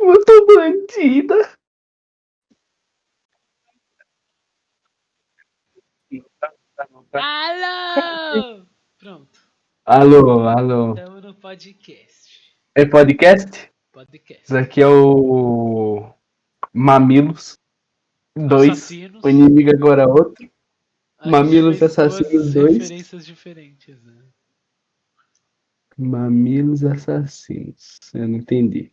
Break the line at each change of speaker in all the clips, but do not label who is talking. Eu tô bandida.
Alô! Pronto,
Alô, alô.
estamos no podcast.
É podcast?
Podcast.
Isso aqui é o Mamilos 2.
Assassinos.
O inimigo agora é outro.
A
Mamilos
gente fez
Assassinos
duas
dois.
Referências diferentes, né?
Mamilos assassinos. Eu não entendi.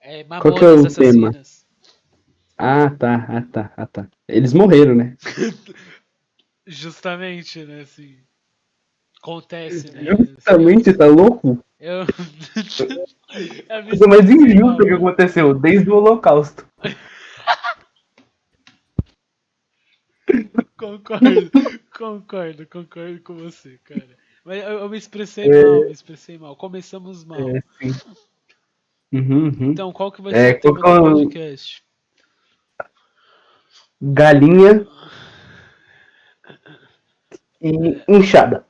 É,
Qual que é o
Mamonas
tema?
Assassinas.
Ah, tá, ah, tá, ah, tá. Eles morreram, né?
Justamente, né? Assim, acontece, né?
Justamente, tá louco?
Eu... É a
Coisa mais
mistura,
injusta que
mano.
aconteceu desde o Holocausto.
Concordo, concordo, concordo com você, cara. Mas eu, eu me expressei mal, me expressei mal. Começamos mal.
É, sim. Uhum, uhum.
Então, qual que vai
É,
ser o tema
qual-
do podcast?
Galinha e inchada.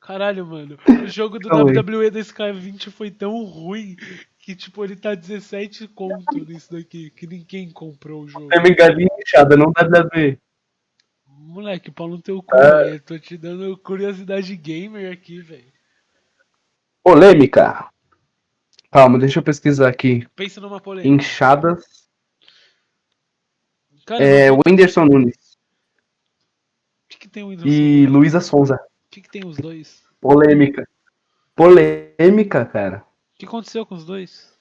Caralho, mano. O jogo do
Calma aí.
WWE da SK20 foi tão ruim que, tipo, ele tá 17 conto nisso daqui, que ninguém comprou o jogo.
Termo galinha e inchada, não WWE.
Moleque, pau no teu cu,
Ah.
velho. Eu Tô te dando curiosidade gamer aqui, velho.
Polêmica. Calma, deixa eu pesquisar aqui.
Pensa numa polêmica.
Inchadas.
Cara,
É Whindersson Nunes
o que, que tem o Windows?
e Luísa Sonza.
O que, que tem os dois?
Polêmica. Polêmica, cara.
O que aconteceu com os dois?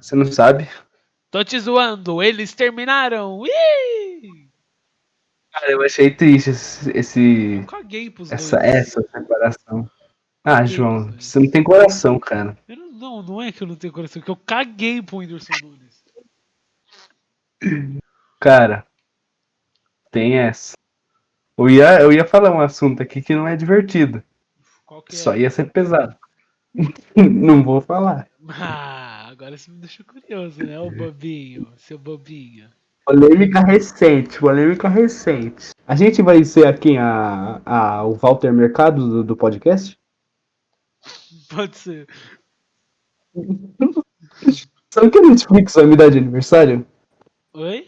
Você não sabe?
Tô te zoando, eles terminaram! Ih!
Cara, eu achei triste esse, esse-
Caguei pros
essa, é-
dois.
essa separação. Ah, João,
dois.
você não tem coração, cara.
Eu não, não, não é que eu não tenho coração, que eu caguei pro Whindersson Nunes.
Cara, tem essa. Eu ia, eu ia falar um assunto aqui que não é divertido.
Qual que é?
Só ia ser pesado. não vou falar.
Ah, agora você me deixou curioso, né? Ô bobinho, seu bobinho.
Polêmica recente, polêmica recente. A gente vai ser aqui a, a- o Walter Mercado do, do podcast?
Pode ser.
Sabe que a Netflix vai me dar de aniversário?
Oi?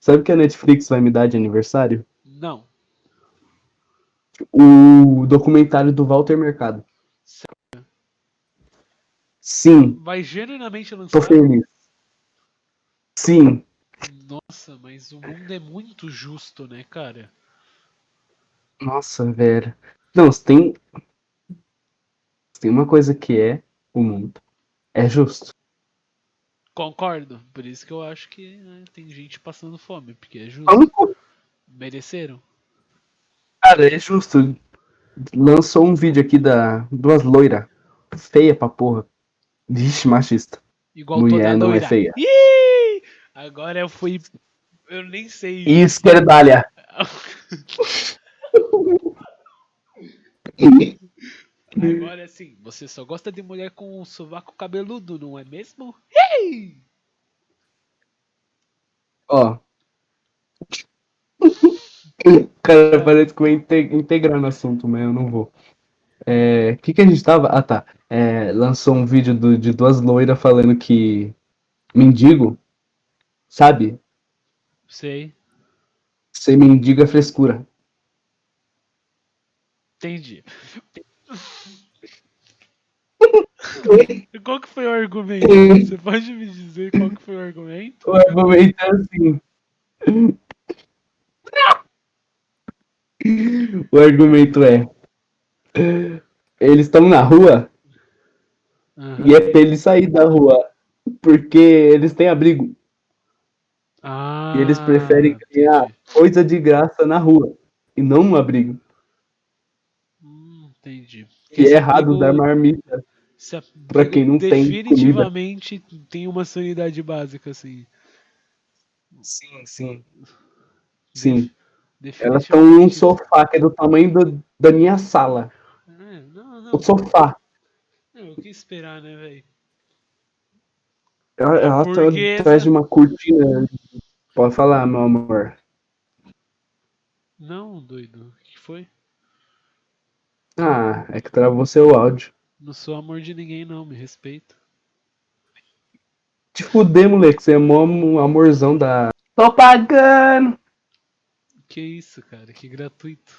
Sabe que a Netflix vai me dar de aniversário?
Não.
O documentário do Walter Mercado. Sim,
Vai genuinamente
tô
lançar.
feliz. Sim,
Nossa, mas o mundo é muito justo, né, cara?
nossa, velho. Não, se tem. se tem uma coisa que é o mundo. É justo.
Concordo. Por isso que eu acho que né, tem gente passando fome, porque é
A
justo.
única
Mereceram.
Cara, é justo. Lançou um vídeo aqui da duas loiras. Feia pra porra. Vixe, machista.
Igual
Mulher
toda
não é
loira.
feia.
Ih! Agora eu fui. Eu nem sei.
E esquerdalha.
Agora assim, você só gosta de mulher com um sovaco cabeludo, não é mesmo? Ei!
Ó. Cara, parece que eu inte- integrar no assunto, mas eu não vou. É, que que a gente tava? Ah, tá. É, lançou um vídeo do- de duas loiras falando que mendigo, sabe?
Sei.
Ser mendigo é frescura.
Entendi. Qual que foi o argumento? Você pode me dizer qual que foi o argumento?
O argumento é assim. O argumento é. Eles estão na rua
Aham.
e é pra eles sair da rua. Porque eles têm abrigo.
Ah,
E eles preferem
entendi.
ganhar coisa de graça na rua. E não um abrigo.
Hum, entendi.
Que
Esse
é errado
abrigo-
dar marmita.
esse abrigo
pra quem não tem comida.
Definitivamente tem uma sanidade básica, assim.
Sim, sim. Sim.
Def-
Elas estão num
definitivamente-
sofá que é do tamanho do- da minha sala.
É, não, não.
O sofá.
não, O que esperar, né, velho?
Ela, ela tá
Porque-
atrás de uma cortina. Pode falar, meu amor.
Não, doido. O que foi?
Ah, é que travou seu áudio.
Não sou amor de ninguém, não, me respeito.
Te fuder, moleque, você é mó um amorzão da. Tô pagando!
Que isso, cara, que gratuito.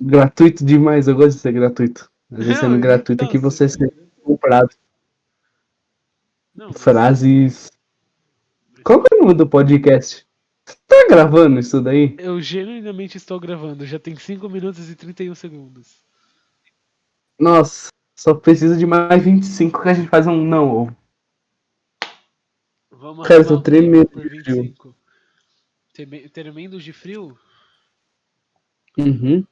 Gratuito demais, eu gosto de ser gratuito. Às vezes
Não,
sendo gratuito aqui
então,
você
sim.
ser comprado.
Não, mas-
Frases. Qual que é o nome do podcast? Você tá gravando isso daí?
Eu genuinamente estou gravando, já tem 5 minutos e 31 segundos.
Nossa, só precisa de mais 25 que a gente faz um não.
Vamos
Cara, eu tô
arrumar um tempo
tremendo
por
de frio.
25. Teme- Tremendo de frio?
Uhum.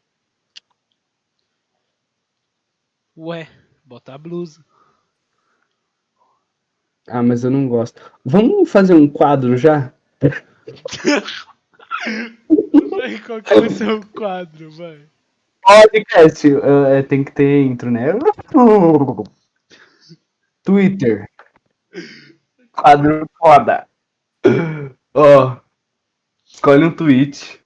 Ué, botar a blusa.
Ah, mas eu não gosto. Vamos fazer um quadro já?
Vai, qual que vai ser o quadro, vai?
Podcast. eh, tem que ter intro, né? Twitter. Quadro foda. Ó. escolhe um tweet.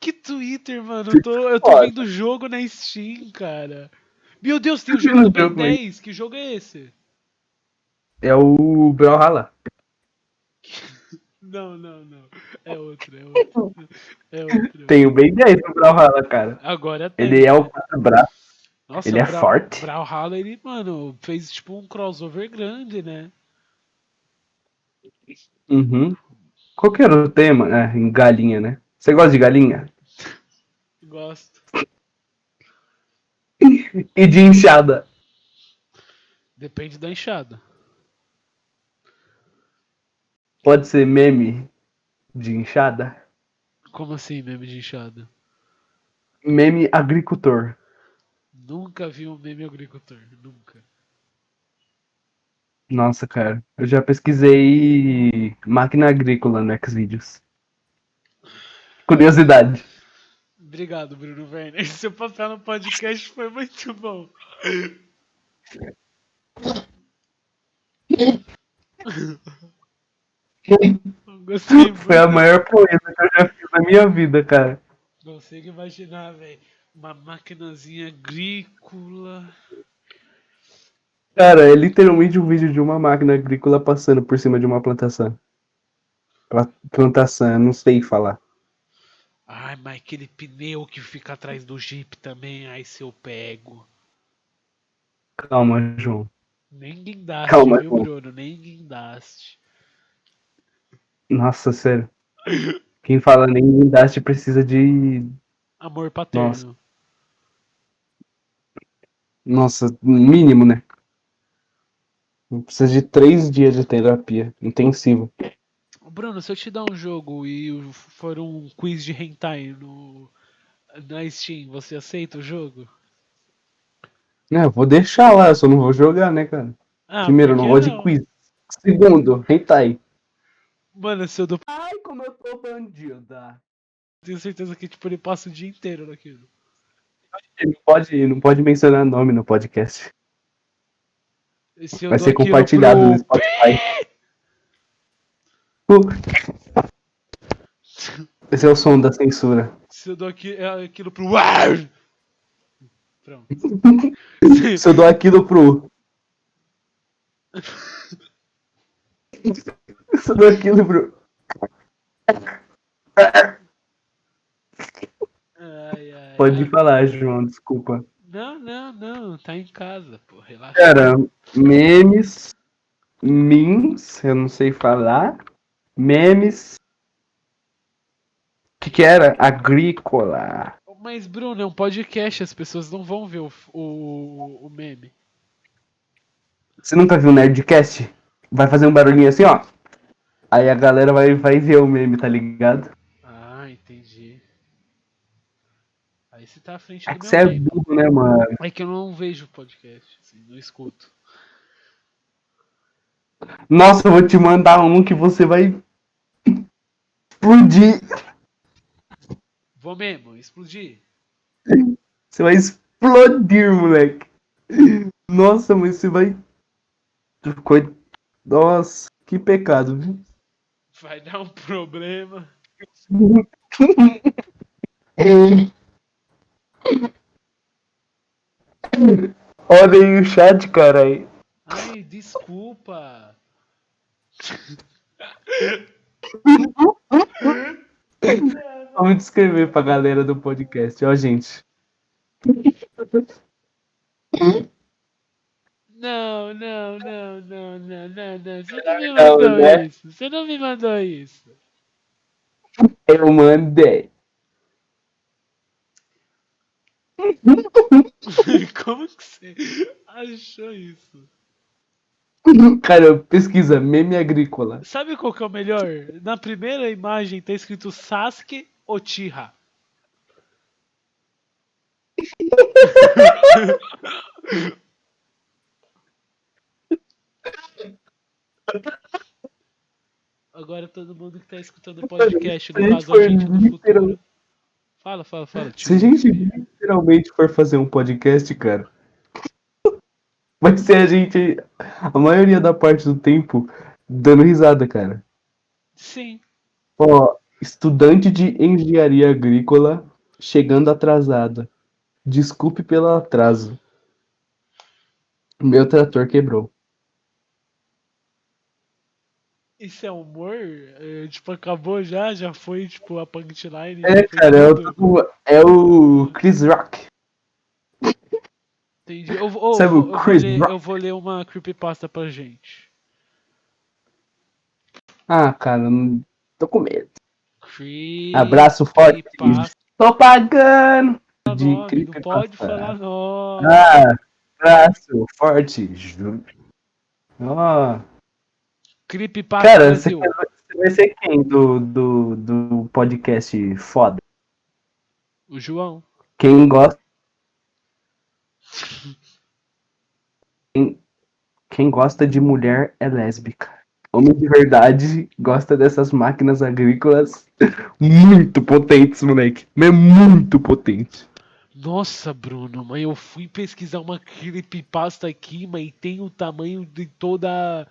Que Twitter, mano? Eu tô, eu tô
Foda.
vendo jogo na Steam, cara. Meu Deus, tem o jogo do Ben
Jogo aí.
10. Que jogo é esse?
É o Brawlhalla.
Não, não, não. É outro, é outro. É outro.
Tem o Ben 10 do Brawlhalla, cara.
Agora tem.
Ele é o quatro braços.
Nossa,
ele
o
é forte.
O Brawlhalla, ele, mano, fez tipo um crossover grande, né?
Uhum. Qual que era o tema? É, em galinha, né? Você gosta de galinha?
Gosto.
E de enxada.
Depende da enxada.
Pode ser meme de enxada?
Como assim, meme de enxada?
Meme agricultor.
Nunca vi um meme agricultor. Nunca.
Nossa, cara. Eu já pesquisei máquina agrícola né, no Xvideos. Curiosidade.
Obrigado, Bruno Werner. Seu papel no podcast foi muito bom. Gostei muito.
Foi a maior poesia que eu já fiz na minha vida, cara.
Consigo imaginar, velho. Uma maquinazinha agrícola.
Cara, é literalmente um vídeo de uma máquina agrícola passando por cima de uma plantação. Pla- Plantação, eu não sei falar.
Ai, mas aquele pneu que fica atrás do Jeep também, ai se eu pego.
Calma, João.
Nem guindaste,
Calma,
viu,
irmão.
Bruno? Nem guindaste.
Nossa, sério. Quem fala nem guindaste precisa de.
Amor paterno.
Nossa. Nossa, mínimo, né? Precisa de três dias de terapia intensiva.
Bruno, se eu te dar um jogo e for um quiz de hentai no na Steam, você aceita o jogo?
É, eu vou deixar lá, eu só não vou jogar, né, cara?
Ah,
Primeiro, eu
por
não
que
gosto de quiz. Segundo, hentai.
Mano, se eu dou,
Ai, como eu tô bandida.
tenho certeza que tipo, ele passa o dia inteiro naquilo.
Não pode, não pode mencionar nome no podcast.
E se eu
Vai
dou
ser
aquilo
compartilhado
é
né? no
pro-
Spotify. Uh. Esse é o som da censura.
Se eu dou aqui, é aquilo pro. Uau! Pronto.
Se eu dou aquilo pro. Se eu dou aquilo pro.
Ai, ai,
Pode
ai.
falar, João, desculpa.
Não, não, não. Tá em casa, pô. Relaxa.
Cara, memes. Memes, eu não sei falar. Memes. O que, que era? Agrícola.
Mas, Bruno, é um podcast. As pessoas não vão ver o, o, o meme.
Você nunca viu Nerdcast? Vai fazer um barulhinho assim, ó. Aí a galera vai, vai ver o meme, tá ligado?
Ah, entendi. Aí você tá à frente
É
do
que
meu
você é
tempo.
burro, né, mano?
É que eu não vejo podcast. Assim, não escuto.
Nossa, eu vou te mandar um que você vai explodir.
Vou mesmo, explodir.
Você vai explodir, moleque. Nossa, mas você vai. Coi- Nossa, que pecado, viu?
Vai dar um problema.
Olha aí o chat, caralho.
Ai, desculpa.
Vamos descrever pra galera do podcast, ó, gente.
Não, não, não, não, não, não, não. Você não me mandou
Não, né?
isso. Você não me mandou isso.
Eu mandei.
Como que você achou isso?
Cara, pesquisa, meme agrícola.
Sabe qual que é o melhor? Na primeira imagem tá escrito Sasuke Ochiha. Agora todo mundo que tá escutando o podcast, no
Se a gente
caso a gente
for
do futuro.
literal-
Fala, fala, fala.
Se a gente literalmente for fazer um podcast, cara, vai ser a gente, a maioria da parte do tempo, dando risada, cara.
Sim.
Ó, estudante de engenharia agrícola chegando atrasada. Desculpe pelo atraso. Meu trator quebrou.
Isso é humor? É, tipo, acabou já? Já foi, tipo, a punchline? tá já
É,
foi
cara, é
tudo?
o, é o Chris Rock.
Entendi. Eu, vou- oh,
Sabe o
eu vou
Chris
ler,
Rock?
eu vou ler uma creepypasta pra gente.
Ah, cara, não- tô com medo.
Creep.
Abraço forte.
Creepypasta.
Tô pagando de
Nome, não
creepypasta.
pode falar nome.
Ah, abraço forte. Ju- Ó,
Creepypasta
cara, você
Ah, Brasil.
quer- você vai ser quem do, do, do podcast foda?
O João.
Quem gosta. Quem, quem gosta de mulher é lésbica. Homem de verdade gosta dessas máquinas agrícolas muito potentes, moleque. Mas é muito potente.
Nossa, Bruno, mas eu fui pesquisar uma creepypasta aqui, mas tem o tamanho de toda a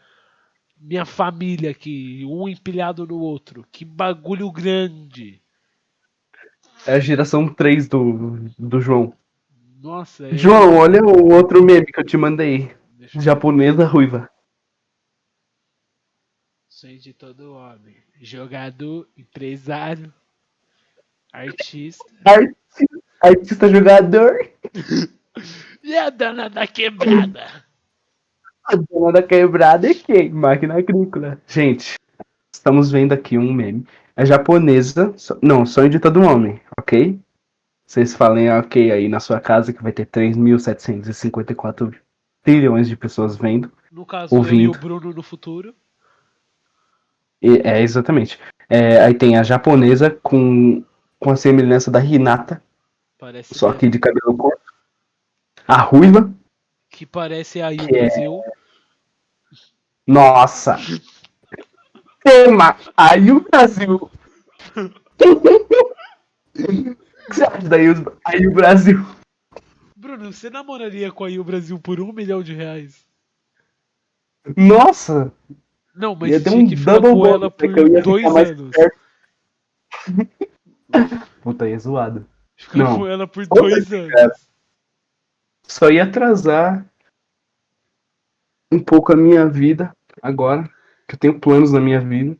minha família aqui, um empilhado no outro. Que bagulho grande.
É a geração 3 do, do João.
Nossa, é.
João, olha o outro meme que eu te mandei.
Deixa eu-
Japonesa ruiva.
Sonho de todo homem. Jogador, empresário, artista.
Arti- Artista jogador.
E a dona da quebrada.
A dona da quebrada é quem? Máquina agrícola. Gente, estamos vendo aqui um meme. É japonesa. so- Não, sonho de todo homem, ok? Vocês falem ok aí na sua casa que vai ter 3.754 trilhões de pessoas vendo.
No caso, eu
Ouvindo.
e o Bruno no futuro.
E- é, exatamente. É, aí tem a japonesa com, com a semelhança da Hinata,
Parece
só que de cabelo curto. A ruiva.
que parece aí o
Que é-
Brasil.
Nossa! Tema! Aí o Brasil! O que você acha daí? os- Aí o Brasil!
Bruno, você namoraria com aí o Brasil por um milhão de reais?
Nossa!
Não, mas
Ia ter
tinha
um
que ficar
double
com ela
bump, que eu ia
por
ficar
dois
mais
anos.
perto. Puta, ia zoado.
Ficar
Não.
com ela por
Puta
dois
que
anos.
cara. Só ia atrasar um pouco a minha vida agora, que eu tenho planos na minha vida.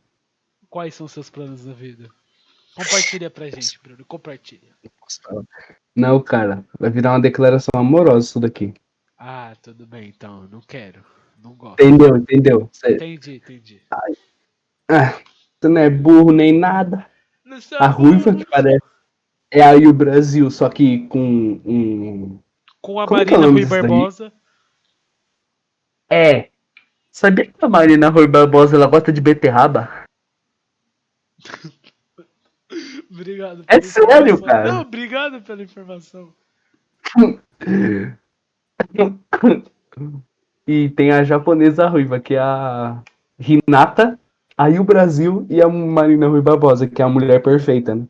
Quais são seus planos na vida? Compartilha pra gente, Bruno. Compartilha.
Não, cara, vai virar uma declaração amorosa isso daqui.
Ah, tudo bem, então. Não quero. Não gosto.
Entendeu? Entendeu? Você
Entendi, entendi.
você não é burro nem nada.
Não sou
A ruiva
burro.
que parece. É aí o Brasil, só que com um.
Com a
Como que é o
Marina
nome
Rui
disso daí?
Barbosa.
É. Sabia que a Marina Rui Barbosa ela gosta de beterraba?
Obrigado.
É sério,
informação.
cara?
Não, obrigado pela informação.
E tem a japonesa ruiva, que é a Hinata, aí o Brasil e a Marina Rui Barbosa, que é a mulher perfeita, né?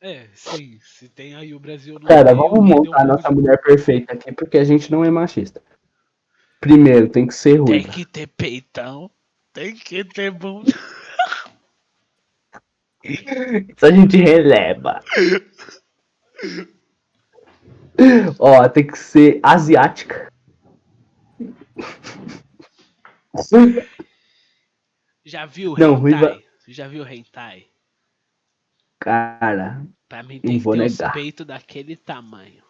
É, sim. Se tem aí o Brasil no
Cara,
meio,
vamos
entendeu?
montar a nossa mulher perfeita aqui, porque a gente não é machista. Primeiro, tem que ser
Tem
ruiva.
que ter peitão. Tem que ter bunda.
Isso a gente releva. Ó, tem que ser asiática.
Já viu
Não,
hentai?
ruiva-
Já viu hentai?
Cara,
Pra mim
Não
tem que
vou
ter
negar.
os peitos daquele tamanho.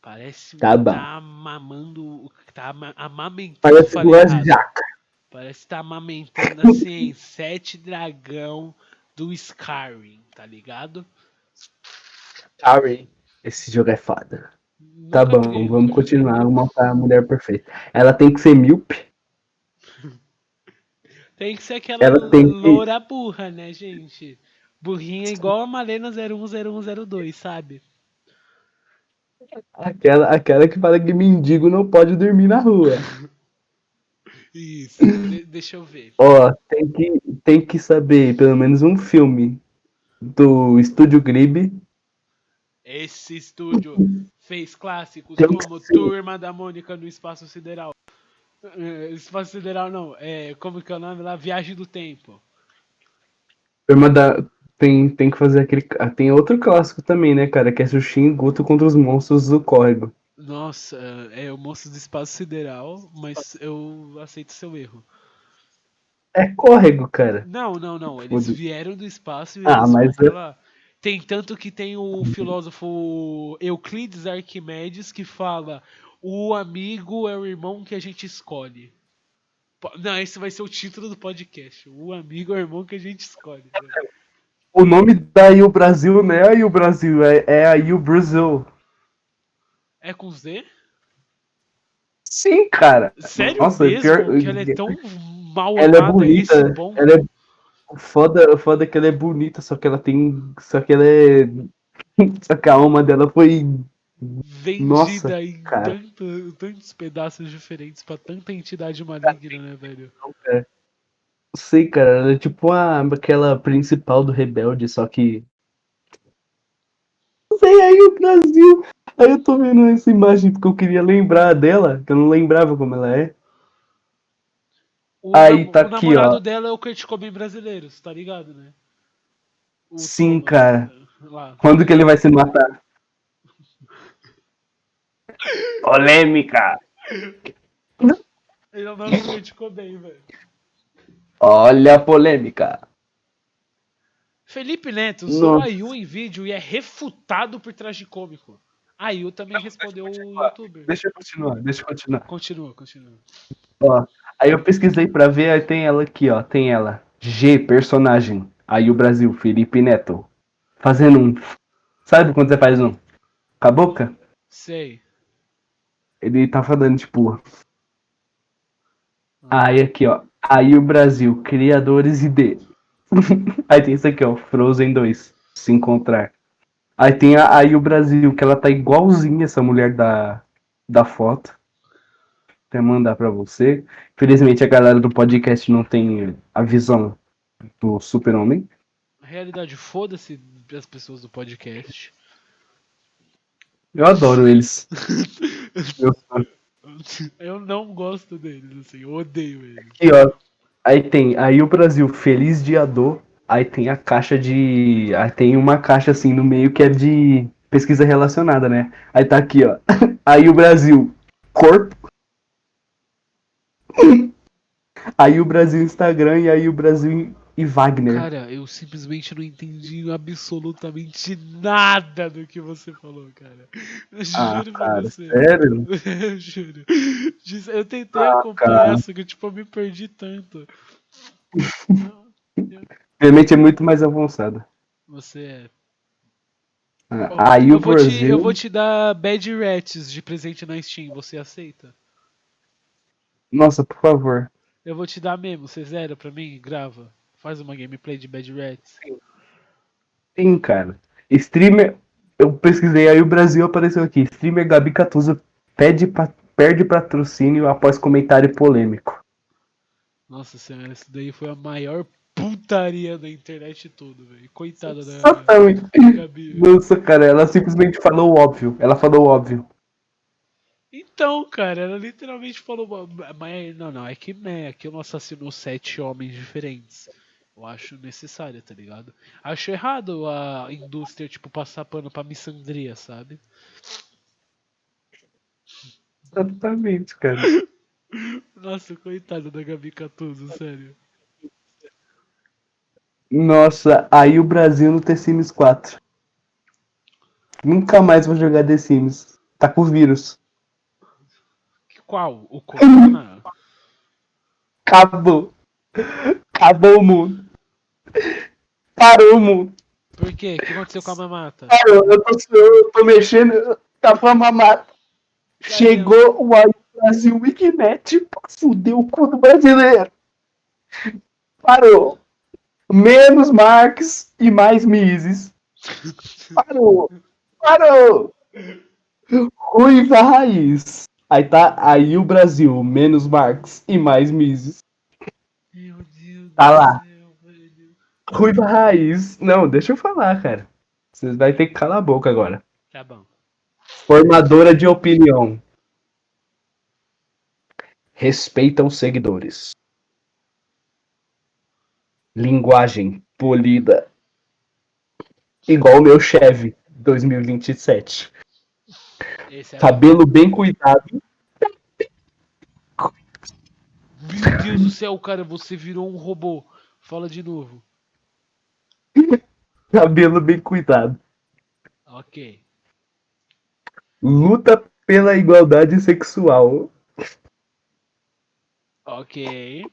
Parece
Tá
que
bom.
tá mamando, tá ama- amamentando.
parece
falei
duas
errado.
jaca.
Parece que tá amamentando assim, sete dragão do Skyrim, tá ligado?
Esse jogo é foda.
Nunca
Tá bom,
vi.
vamos continuar. Vamos montar a mulher perfeita. Ela tem que ser míope.
Tem que ser aquela
Ela tem que-
loura burra, né, gente? Burrinha igual a Malena 010102, sabe?
Aquela, aquela que fala que mendigo não pode dormir na rua.
Isso, de- deixa eu ver.
Ó, tem que, tem que saber pelo menos um filme do Estúdio Glibe.
Esse estúdio fez clássicos
Tem um que
como
ser.
Turma da Mônica no Espaço Sideral. Eh, Espaço Sideral não, é, como que é o nome lá? Viagem do Tempo.
Turma da- Tem, tem que fazer aquele. ah, Tem outro clássico também, né, cara? Que é Xuxinha e Guto contra os monstros do córrego.
Nossa, é o Moço do Espaço Sideral, mas eu aceito seu erro.
É córrego, cara.
Não, não, não. Eles
Foda-se.
vieram do espaço e
Ah,
eles
mas
foram pra lá. Tem tanto que tem o filósofo Euclides Arquimedes que fala: o amigo é o irmão que a gente escolhe. Po- Não, esse vai ser o título do podcast. O amigo é o irmão que a gente escolhe. né?
O nome daí o Brasil não é aí o Brasil, é, é aí o Brasil.
É com Z?
Sim, cara.
Sério
Nossa,
mesmo?
pior-
Que ela é tão mal
Ela é
amada a esse
bonita.
ponto?
Ela é. o Foda, o foda é que ela é bonita, só que ela tem. Só que ela é. Só que a alma dela foi
vendida
Nossa,
em
cara.
tanto- tantos pedaços diferentes pra tanta entidade maligna, né, velho?
Sei, cara, ela é tipo a, aquela principal do Rebelde, só que. Não Sei, aí o Brasil. Aí eu tô vendo essa imagem porque eu queria lembrar dela, que eu não lembrava como ela é.
O,
Aí
namo-
tá
o
aqui,
namorado
ó.
dela é o Kurt Cobain brasileiro, você tá ligado, né? O né,
Sim, cara.
Lá.
Quando que ele vai se matar? Polêmica!
Ele é o nome do Kurt Cobain, velho.
Olha a polêmica!
Felipe Neto usou
Nossa.
a Ayu em vídeo e é refutado por tragicômico. A Ayu também respondeu o youtuber.
Deixa eu continuar, deixa eu continuar.
Continua, continua.
Ó, aí eu pesquisei pra ver, aí tem ela aqui, ó. Tem ela. G, personagem. Aí o Brasil, Felipe Neto. Fazendo um. Sabe quando você faz um? Com a boca?
Sei.
Ele tá falando, tipo. Aí aqui, ó. Aí o Brasil, criadores ID. aí tem isso aqui, ó. Frozen 2. Se encontrar. Aí tem a Aí o Brasil, que ela tá igualzinha essa mulher da, da foto. Vou Até mandar pra você. Infelizmente a galera do podcast não tem a visão do super-homem.
Na realidade, foda-se as pessoas do podcast.
Eu adoro eles. Eu
Eu não gosto deles, assim, eu odeio eles.
Aqui, ó. Aí tem, aí o Brasil, feliz dia do. Aí tem a caixa de. Aí tem uma caixa assim no meio que é de pesquisa relacionada, né? Aí tá aqui, ó. Aí o Brasil, corpo. Aí o Brasil, Instagram. E aí o Brasil e Wagner.
Cara, eu simplesmente não entendi absolutamente nada do que você falou, cara. Eu
Ah,
juro pra
cara,
você.
Sério?
Eu juro. Diz- Eu tentei
Ah,
acompanhar,
cara.
só que tipo, eu me perdi tanto.
Realmente é muito mais avançada.
Você é.
Ah, Aí
eu,
o
vou te, eu vou
Brasil.
te dar Bad Rats de presente na Steam, você aceita?
Nossa, por favor.
Eu vou te dar mesmo, você zera pra mim? Grava. Faz uma gameplay de Bad Rats.
Sim, cara. Streamer. Eu pesquisei, aí o Brasil apareceu aqui. Streamer Gabi Catuza pede pa- perde patrocínio após comentário polêmico.
Nossa senhora, isso daí foi a maior putaria da internet toda, velho. Coitada da
Exatamente.
Gabi. velho.
Nossa, cara, ela simplesmente falou o óbvio. Ela falou o óbvio.
Então, cara, ela literalmente falou. "Ma- Mas não, não, é que né, aqui ela assassinou sete homens diferentes. Eu acho necessário, tá ligado? Acho errado a indústria, tipo, passar pano pra misandria, sabe?
Exatamente, cara.
Nossa, coitado da Gabi Catuso, sério.
Nossa, aí o Brasil no The Sims 4. Nunca mais vou jogar The Sims. Tá com vírus.
Qual? O Corona?
Acabou. Acabou o mundo. Parou o mundo.
Por quê? O que aconteceu com a mamata?
Cara, eu tô, eu tô mexendo. Tá com a mamata. Chegou o Aí Brasil Wiknet. Fudeu o cu do brasileiro. Parou. Menos Marx e mais Mises. Parou. Parou. Ruiva Raiz. Aí tá aí o Brasil, menos Marx e mais Mises.
Meu Deus
Tá lá.
do céu, velho.
Ruiva Raiz. Não, deixa eu falar, cara. Vocês vai ter que calar a boca agora.
Tá bom.
Formadora de opinião. Respeita os seguidores. Linguagem polida. Igual o meu chefe 2027.
Esse é
Cabelo bem cuidado.
Meu Deus do céu, cara, você virou um robô. Fala de novo.
Cabelo bem cuidado.
Ok.
Luta pela igualdade sexual.
Ok.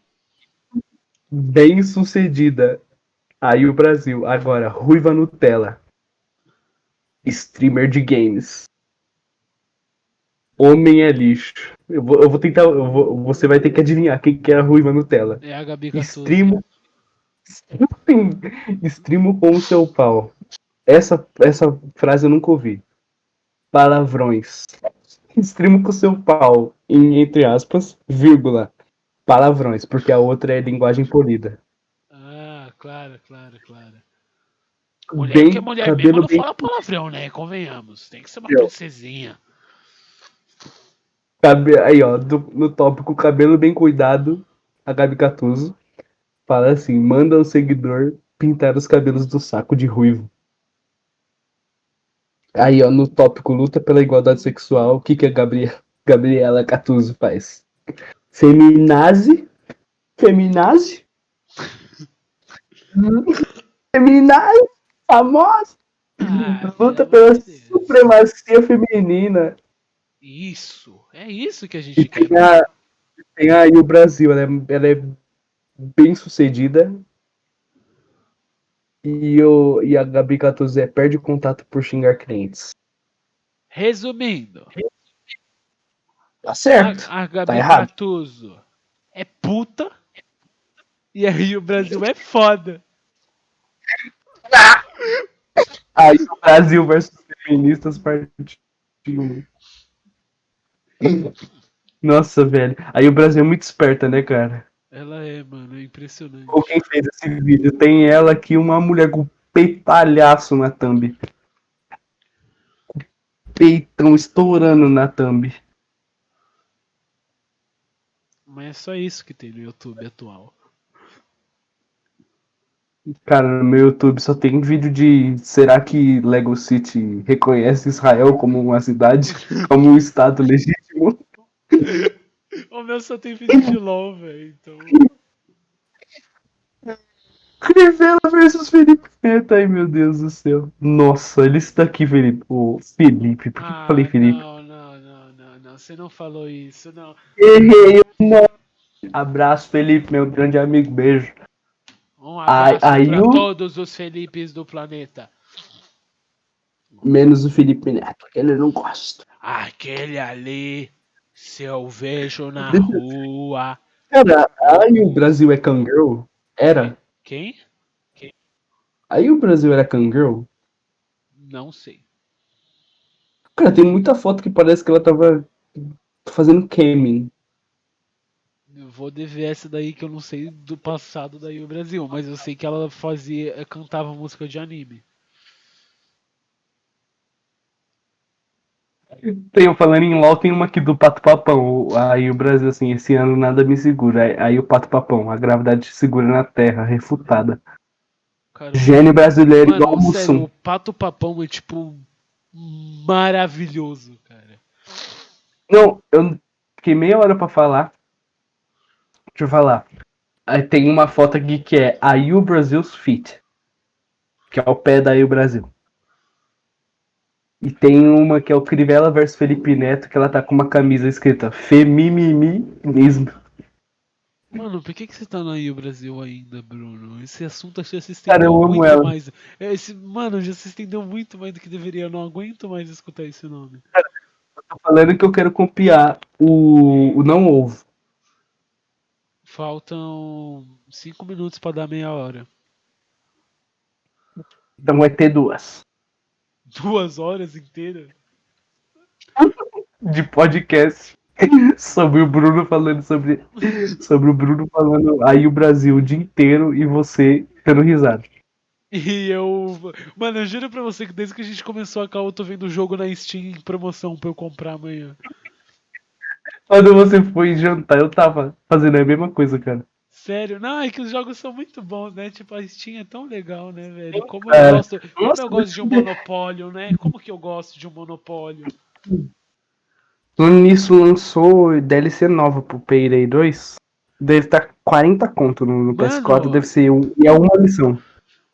Bem sucedida. Aí o Brasil. Agora, Ruiva Nutella. Streamer de games. Homem é lixo. Eu vou, eu vou tentar. eu vou- você vai ter que adivinhar quem que é a Ruiva Nutella.
É a Gabi Catuso.
Extremo. Extremo com o seu pau. Essa, essa frase eu nunca ouvi. Palavrões. Extremo com o seu pau. Em, entre aspas, vírgula. Palavrões, porque a outra é linguagem polida.
Ah, claro, claro, claro. Mulher
Bem,
que é mulher mesmo
cabelo
não
bem,
fala palavrão, né? Convenhamos. Tem que ser uma
Eu.
princesinha.
cabe, aí, ó, do- no tópico cabelo bem cuidado, a Gabi Catuso fala assim: manda o seguidor pintar os cabelos do saco de ruivo. Aí, ó, no tópico luta pela igualdade sexual, o que, que a Gabri Gabriela Catuso faz? Feminazi? Feminazi? Feminazi? Famosa?
Ah,
Luta pela
pelo amor de Deus.
supremacia feminina.
Isso. É isso que a gente
E
quer.
tem, a, tem aí o Brasil, ela é, ela é bem sucedida. E, o, e a Gabi Catuzé perde contato por xingar clientes.
Resumindo,
Tá certo.
a, a Gabi
errado.
Catuso é puta e aí o Brasil é foda.
Aí o Brasil versus feministas parte 1. Nossa, velho. Aí o Brasil é muito esperta, né, cara?
Ela é, mano, é impressionante.
Ou quem fez esse vídeo? Tem ela aqui, uma mulher com peitalhaço na thumb. Com Peitão estourando na thumb.
Mas é só isso que tem no YouTube atual.
Cara, no meu YouTube só tem vídeo de será que Lego City reconhece Israel como uma cidade, como um estado legítimo?
O meu só tem vídeo de LOL, velho. Então.
Crivella versus Felipe Neto, ai meu Deus do céu. Nossa, ele está aqui, Felipe. Ô, Felipe, por que eu
Ah,
falei Felipe?
não, não, não, não, não. Você não falou isso, não.
Errei, não. Abraço, Felipe, meu grande amigo, beijo.
Um abraço
Ai, ai,
pra
eu-
todos os Felipes do planeta.
Menos o Felipe Neto, ele não gosta.
Aquele ali, se eu vejo na
Deixa
rua.
Cara, aí o Brasil é Kangirl? Era?
Quem?
Aí o Brasil era Kangirl?
Não sei.
Cara, tem muita foto que parece que ela tava fazendo camming.
Eu vou dever essa daí que eu não sei do passado daí o Brasil, mas eu sei que ela fazia, eh, cantava música de anime.
Tem, eu falando em LOL, tem uma aqui do Pato Papão. Aí o Brasil, assim, esse ano nada me segura. Aí, aí o Pato Papão, a gravidade te segura na terra, refutada.
Cara,
Gênio brasileiro igual
mano,
o
sério, o
Mussum.
um Pato Papão é tipo maravilhoso, cara.
Não, eu fiquei meia hora pra falar. Deixa eu falar. Aí tem uma foto aqui que é a U Brasil's Feet. Que é o pé da U Brasil. E tem uma que é o Crivella versus Felipe Neto, que ela tá com uma camisa escrita Femimiminismo.
Mano, por que, que você tá no Aí o Brasil ainda, Bruno? Esse assunto acho que já se
Cara,
estendeu
eu amo
muito
ela.
mais. É, Esse, mano, já se estendeu muito mais do que deveria. Eu não aguento mais escutar esse nome.
Tô falando que eu quero copiar o, o Não Ovo.
Faltam cinco minutos pra dar meia hora.
Então vai ter duas.
Duas horas inteiras?
De podcast. Sobre o Bruno falando sobre. Sobre o Bruno falando aí o Brasil o dia inteiro e você tendo risada.
E eu. Mano, eu juro pra você que desde que a gente começou a call, eu tô vendo o jogo na Steam em promoção pra eu comprar amanhã.
Quando você foi jantar, eu tava fazendo a mesma coisa, cara.
Sério, não, é que os jogos são muito bons, né? Tipo, a Steam é tão legal, né, velho? Como
cara.
eu gosto, como
Nossa,
eu gosto de um
mas-
monopólio, né? Como que eu gosto de um monopólio?
Falando nisso, lançou DLC nova pro Payday 2. Deve estar 40 conto no, no PS4,
Mano!
deve ser um, e é uma missão. deve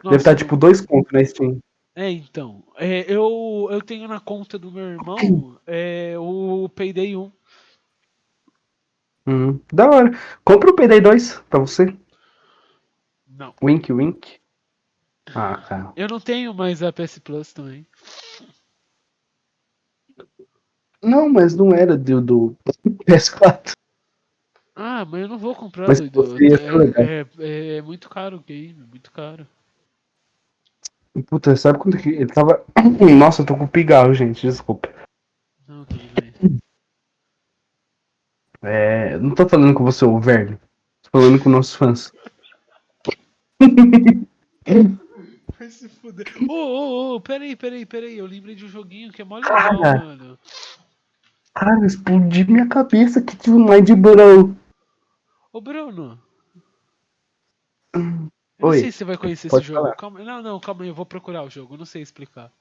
Nossa,
estar tipo 2 conto na Steam.
É, então. é, eu, eu tenho na conta do meu irmão é, o Payday 1.
Hum, da hora. Compra o Payday 2 pra você.
Não.
Wink, wink. Ah, cara.
Eu não tenho mais a PS Plus também.
Não, mas não era do, do PS4.
Ah, mas eu não vou comprar,
Mas
doido.
você ia ser legal.
É, é- é muito caro o game, muito caro.
Puta, sabe quanto que. Ele tava. Nossa, eu tô com pigarro, gente, desculpa.
Não, tudo bem.
É, não tô falando com você, ô velho. Tô falando com nossos fãs.
Vai se fuder. Ô, ô, ô, peraí, peraí, peraí. Eu lembrei de um joguinho que é mó legal,
Cara.
mano.
Cara, explodi minha cabeça que tive um mind blow.
Ô, Bruno. Eu
Oi.
não sei se você vai conhecer
Pode
esse jogo.
falar.
Calma- Não, não, calma aí, eu vou procurar o jogo, eu não sei explicar.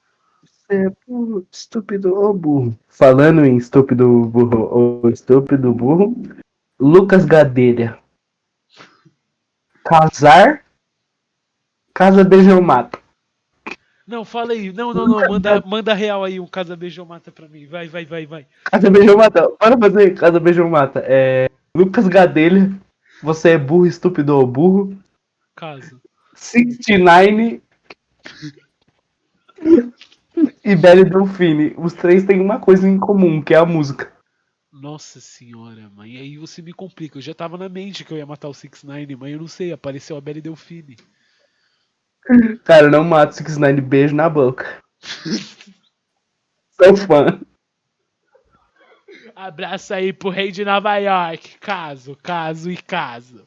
É, burro, estúpido ô burro. Falando em estúpido burro ou estúpido burro, Lucas Gadelha. Casar? Casa Beijão Mato.
Não, fala aí. Não, não, não. Manda, manda real aí um Casa Beijão Mata pra mim. Vai, vai, vai, vai.
Casa Beijão Mata. Para fazer Casa Beijão Mata. É, Lucas Gadelha. Você é burro, estúpido ou burro?
Caso.
69 e Belle Delfine. Os três têm uma coisa em comum, que é a música.
Nossa senhora, mãe. Aí você me complica. Eu já tava na mente que eu ia matar o 6ix9ine, mas eu não sei. Apareceu a Belle Delfine.
Cara, eu não mato 69 beijo na boca. Sou fã.
Abraço aí pro rei de Nova York. Caso, caso e caso.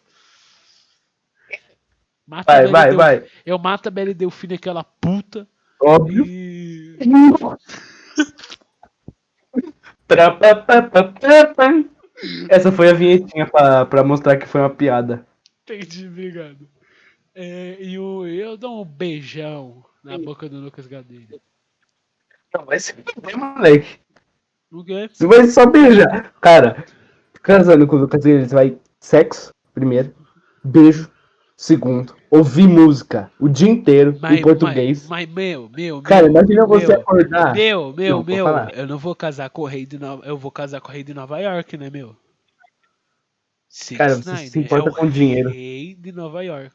Mata a
Vai,
Belle
vai,
Delf-
vai.
Eu mato a Belle Delfine, aquela puta.
Óbvio.
E.
Pra, pa, pa, pa, pa, pa. Essa foi a vinhetinha pra, pra mostrar que foi uma piada.
Entendi, obrigado. É, e o, eu dou um beijão na boca do Lucas Gadelha.
Não, vai se fuder, moleque.
O quê?
Você vai só beijar. Cara, casando com o Lucas, eles vai sexo, primeiro. Beijo, segundo. Ouvir música o dia inteiro em português.
Mas, meu, meu,
Cara,
meu,
imagina você
meu,
acordar.
Meu, meu,
Não, pode
meu,
falar.
eu não vou casar com o rei de Nova Eu vou casar com o rei de Nova York, né, meu? Six
Cara, você
Nine
se importa
é o
com dinheiro.
Rei de Nova York.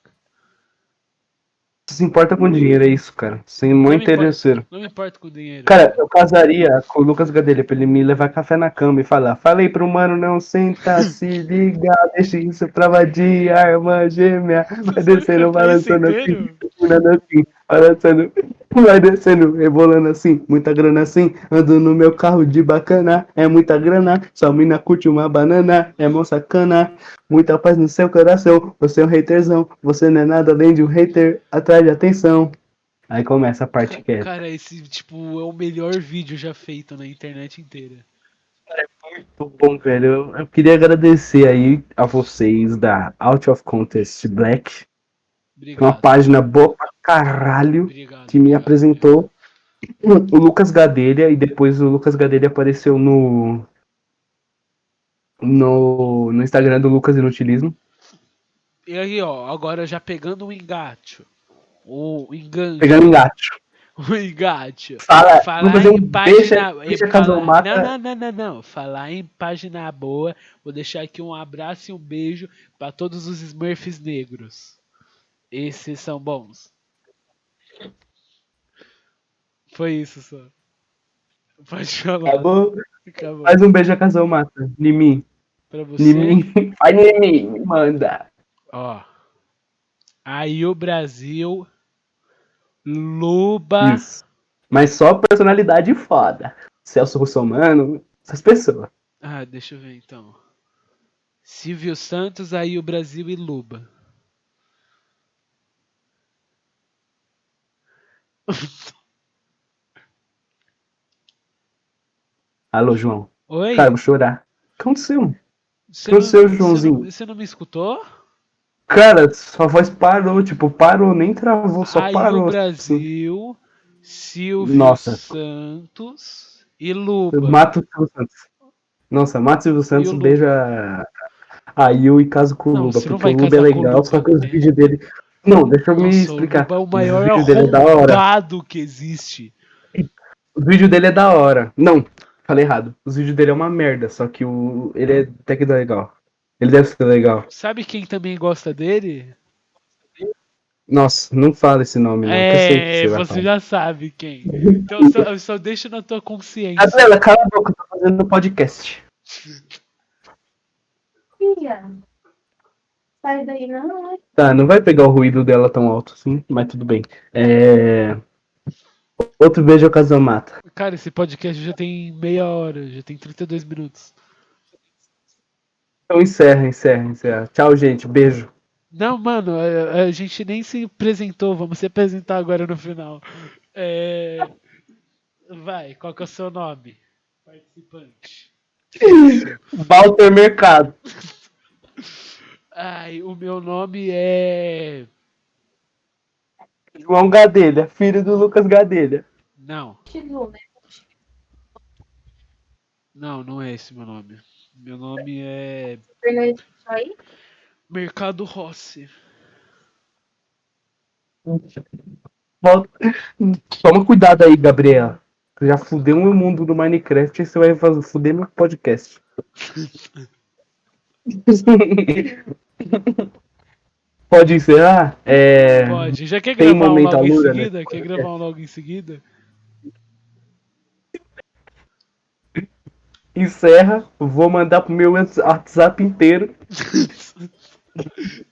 Você se importa com dinheiro, é isso, cara. Sem
me
mó
importo.
interesseiro.
Não me importo com o dinheiro.
Cara, eu casaria com o Lucas Gadelha pra ele me levar café na cama e falar: Falei pro mano, não senta, se liga, deixa isso pra vadia, irmã gêmea. Vai descendo,
Cantar isso
balançando assim,
inteiro?
girando assim, balançando, vai descendo, rebolando assim, muita grana assim. Ando no meu carro de bacana, é muita grana. Sua mina curte uma banana, é mó sacana. Muita paz no seu coração, você é um haterzão. Você não é nada além de um hater, atrás de atenção. Aí começa a parte que é.
Cara, esse, tipo, é o melhor vídeo já feito na internet inteira.
Muito bom, velho. Eu, eu queria agradecer aí a vocês da Out of Contest Black, que é uma
Obrigado.
página boa pra caralho,
Obrigado.
que me
obrigado.
apresentou o Lucas Gadelha e depois o Lucas Gadelha apareceu no no, no Instagram do Lucas Inutilismo.
E aí, ó, agora já pegando o engate. O enganche.
Pegando engacho.
O engate.
Fala, Lucas, É, eu-
em
deixa,
página.
é deixa
em
Casal
falar-
Mata.
Não, não, não, não, não. Falar em página boa. Vou deixar aqui um abraço e um beijo pra todos os Smurfs negros. Esses são bons. Foi isso só. Pode falar.
Acabou.
Acabou.
tá Faz um beijo a Casal Mata. Nimi.
Pra você.
Nimi. Vai, Nimi. Me manda.
Ó. Aí o Brasil. Luba.
Isso. Mas só personalidade foda. Celso Russomano, essas pessoas.
Ah, deixa eu ver então. Silvio Santos, aí o Brasil e Luba.
Alô, João.
Oi?
Cara, eu vou chorar. O que aconteceu?
você
eu sou o
você
Joãozinho.
Você não me escutou?
Cara, sua voz parou, tipo, parou, nem travou, só
aí
parou.
o
assim.
Brasil, Silvio
Nossa.
Santos e
Eu
Luba.
mato o Silvio Santos. Nossa, mato o Silvio Santos,
E o Lu-
beija a Yu e caso com o
Não,
Luba,
você
porque
não
o
vai
Luba é
casar com o
legal,
Luba,
só que os
né?
vídeos dele. Não, deixa eu me
Nossa, o
explicar.
Luba é o maior
os vídeos dele é da hora.
arrombado que existe.
Os vídeos dele é da hora. Não, falei errado. Os vídeos dele é uma merda, só que o ele é até que legal. Ele deve ser legal.
Sabe quem também gosta dele?
Nossa, não fala esse nome, não. que eu sei
é,
que vai
você
falar.
já sabe quem. Então eu só, eu só deixo na tua consciência.
Gabriela, cala a boca, eu tô fazendo um podcast.
Filha, sai daí não, né?
Tá, não vai pegar o ruído dela tão alto assim, mas tudo bem. É... Outro beijo ao Casal Mata.
Cara, esse podcast já tem meia hora, já tem 32 minutos.
Então encerra, encerra, encerra. Tchau, gente. Beijo.
Não, mano, a, a gente nem se apresentou, vamos se apresentar agora no final. É, Vai, qual que é o seu nome? Participante.
Walter Mercado.
Ai, o meu nome é.
João Gadelha, filho do Lucas Gadelha.
Não,
Chilu, né?
não, não é esse meu nome. Meu nome é.
Fernandes aí.
Mercado Rossi.
Volta- Toma cuidado aí, Gabriela. Você já fudeu o mundo do Minecraft e você vai fazer- fuder meu podcast. Pode encerrar? É...
Pode. Já quer
Tem um
gravar um
momento
logo em
alura, né?
seguida? Quer gravar um logo em seguida?
Encerra. Vou mandar pro meu WhatsApp inteiro.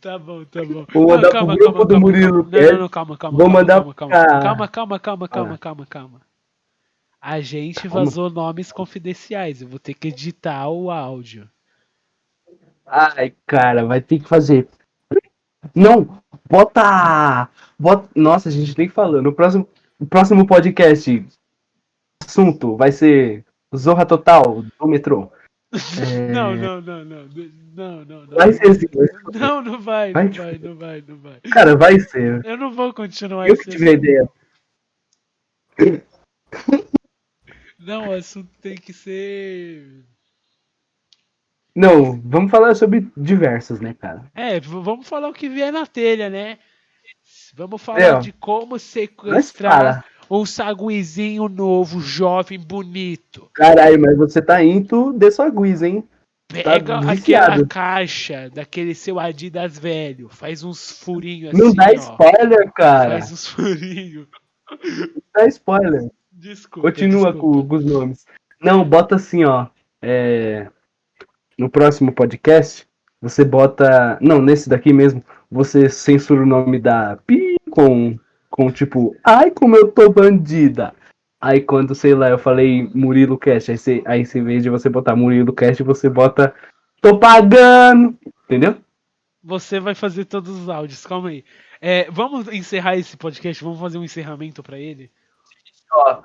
Tá bom, tá bom.
Vou
Não,
mandar pro grupo do Murilo
calma. Não,
Pérez.
não, não, calma, calma.
Vou
calma,
mandar
calma, calma,
pra- Ah.
calma, calma, calma, calma, calma, calma. A gente
Calma.
vazou nomes confidenciais. Eu vou ter que editar o áudio.
Ai, cara, vai ter que fazer. Não, bota, bota. Nossa, a gente nem falou. No próximo, no próximo podcast, assunto vai ser Zorra Total do metrô. É,
Não, não, não, não. Não, não, não.
Vai ser assim. vai ser.
Não, não vai,
Vai
não
te
vai, não vai, não vai.
Cara, vai ser.
Eu não vou continuar
Eu que tive a ideia.
Não, o assunto tem que ser.
Não, vamos falar sobre diversos, né, cara?
É, v- vamos falar o que vier na telha, né? Vamos falar
É, ó.
de como
Mas fala.
sequestrar um saguizinho novo, jovem, bonito.
Caralho, mas você tá into de sua guiz, hein?
Pega
viciado.
aquela caixa daquele seu Adidas velho, faz uns furinhos assim,
Não dá
ó.
spoiler, cara.
Faz uns furinhos.
Não dá spoiler.
Desculpa.
Continua
desculpa.
com, com os nomes. Não, bota assim, ó. é, no próximo podcast, você bota. Não, nesse daqui mesmo, você censura o nome da Pi com, com tipo, ai como eu tô bandida. Aí quando, sei lá, eu falei Murilo Cast, aí você, aí você, em vez de você botar Murilo Cast, você bota Tô pagando! Entendeu?
Você vai fazer todos os áudios, calma aí. É, vamos encerrar esse podcast? Vamos fazer um encerramento pra ele?
Ó,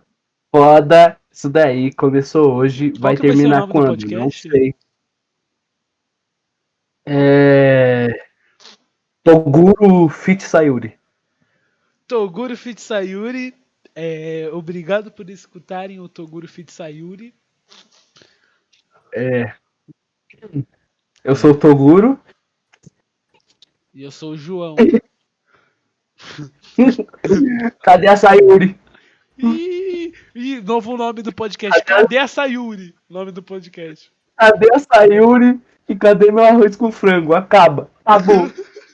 foda, isso daí começou hoje,
Qual
vai
que vai ser o
terminar
nome do
quando?
podcast?
Não sei. É... Toguro Fit Sayuri.
Toguro Fitsayuri, é, obrigado por escutarem o Toguro Fitsayuri.
É. Eu sou o Toguro.
E eu sou o João.
Cadê a Sayuri?
Ih, ih, novo nome do podcast. Cadê a Sayuri? Nome do podcast.
Cadê a Sayuri? E cadê meu arroz com frango? Acaba. Acabou.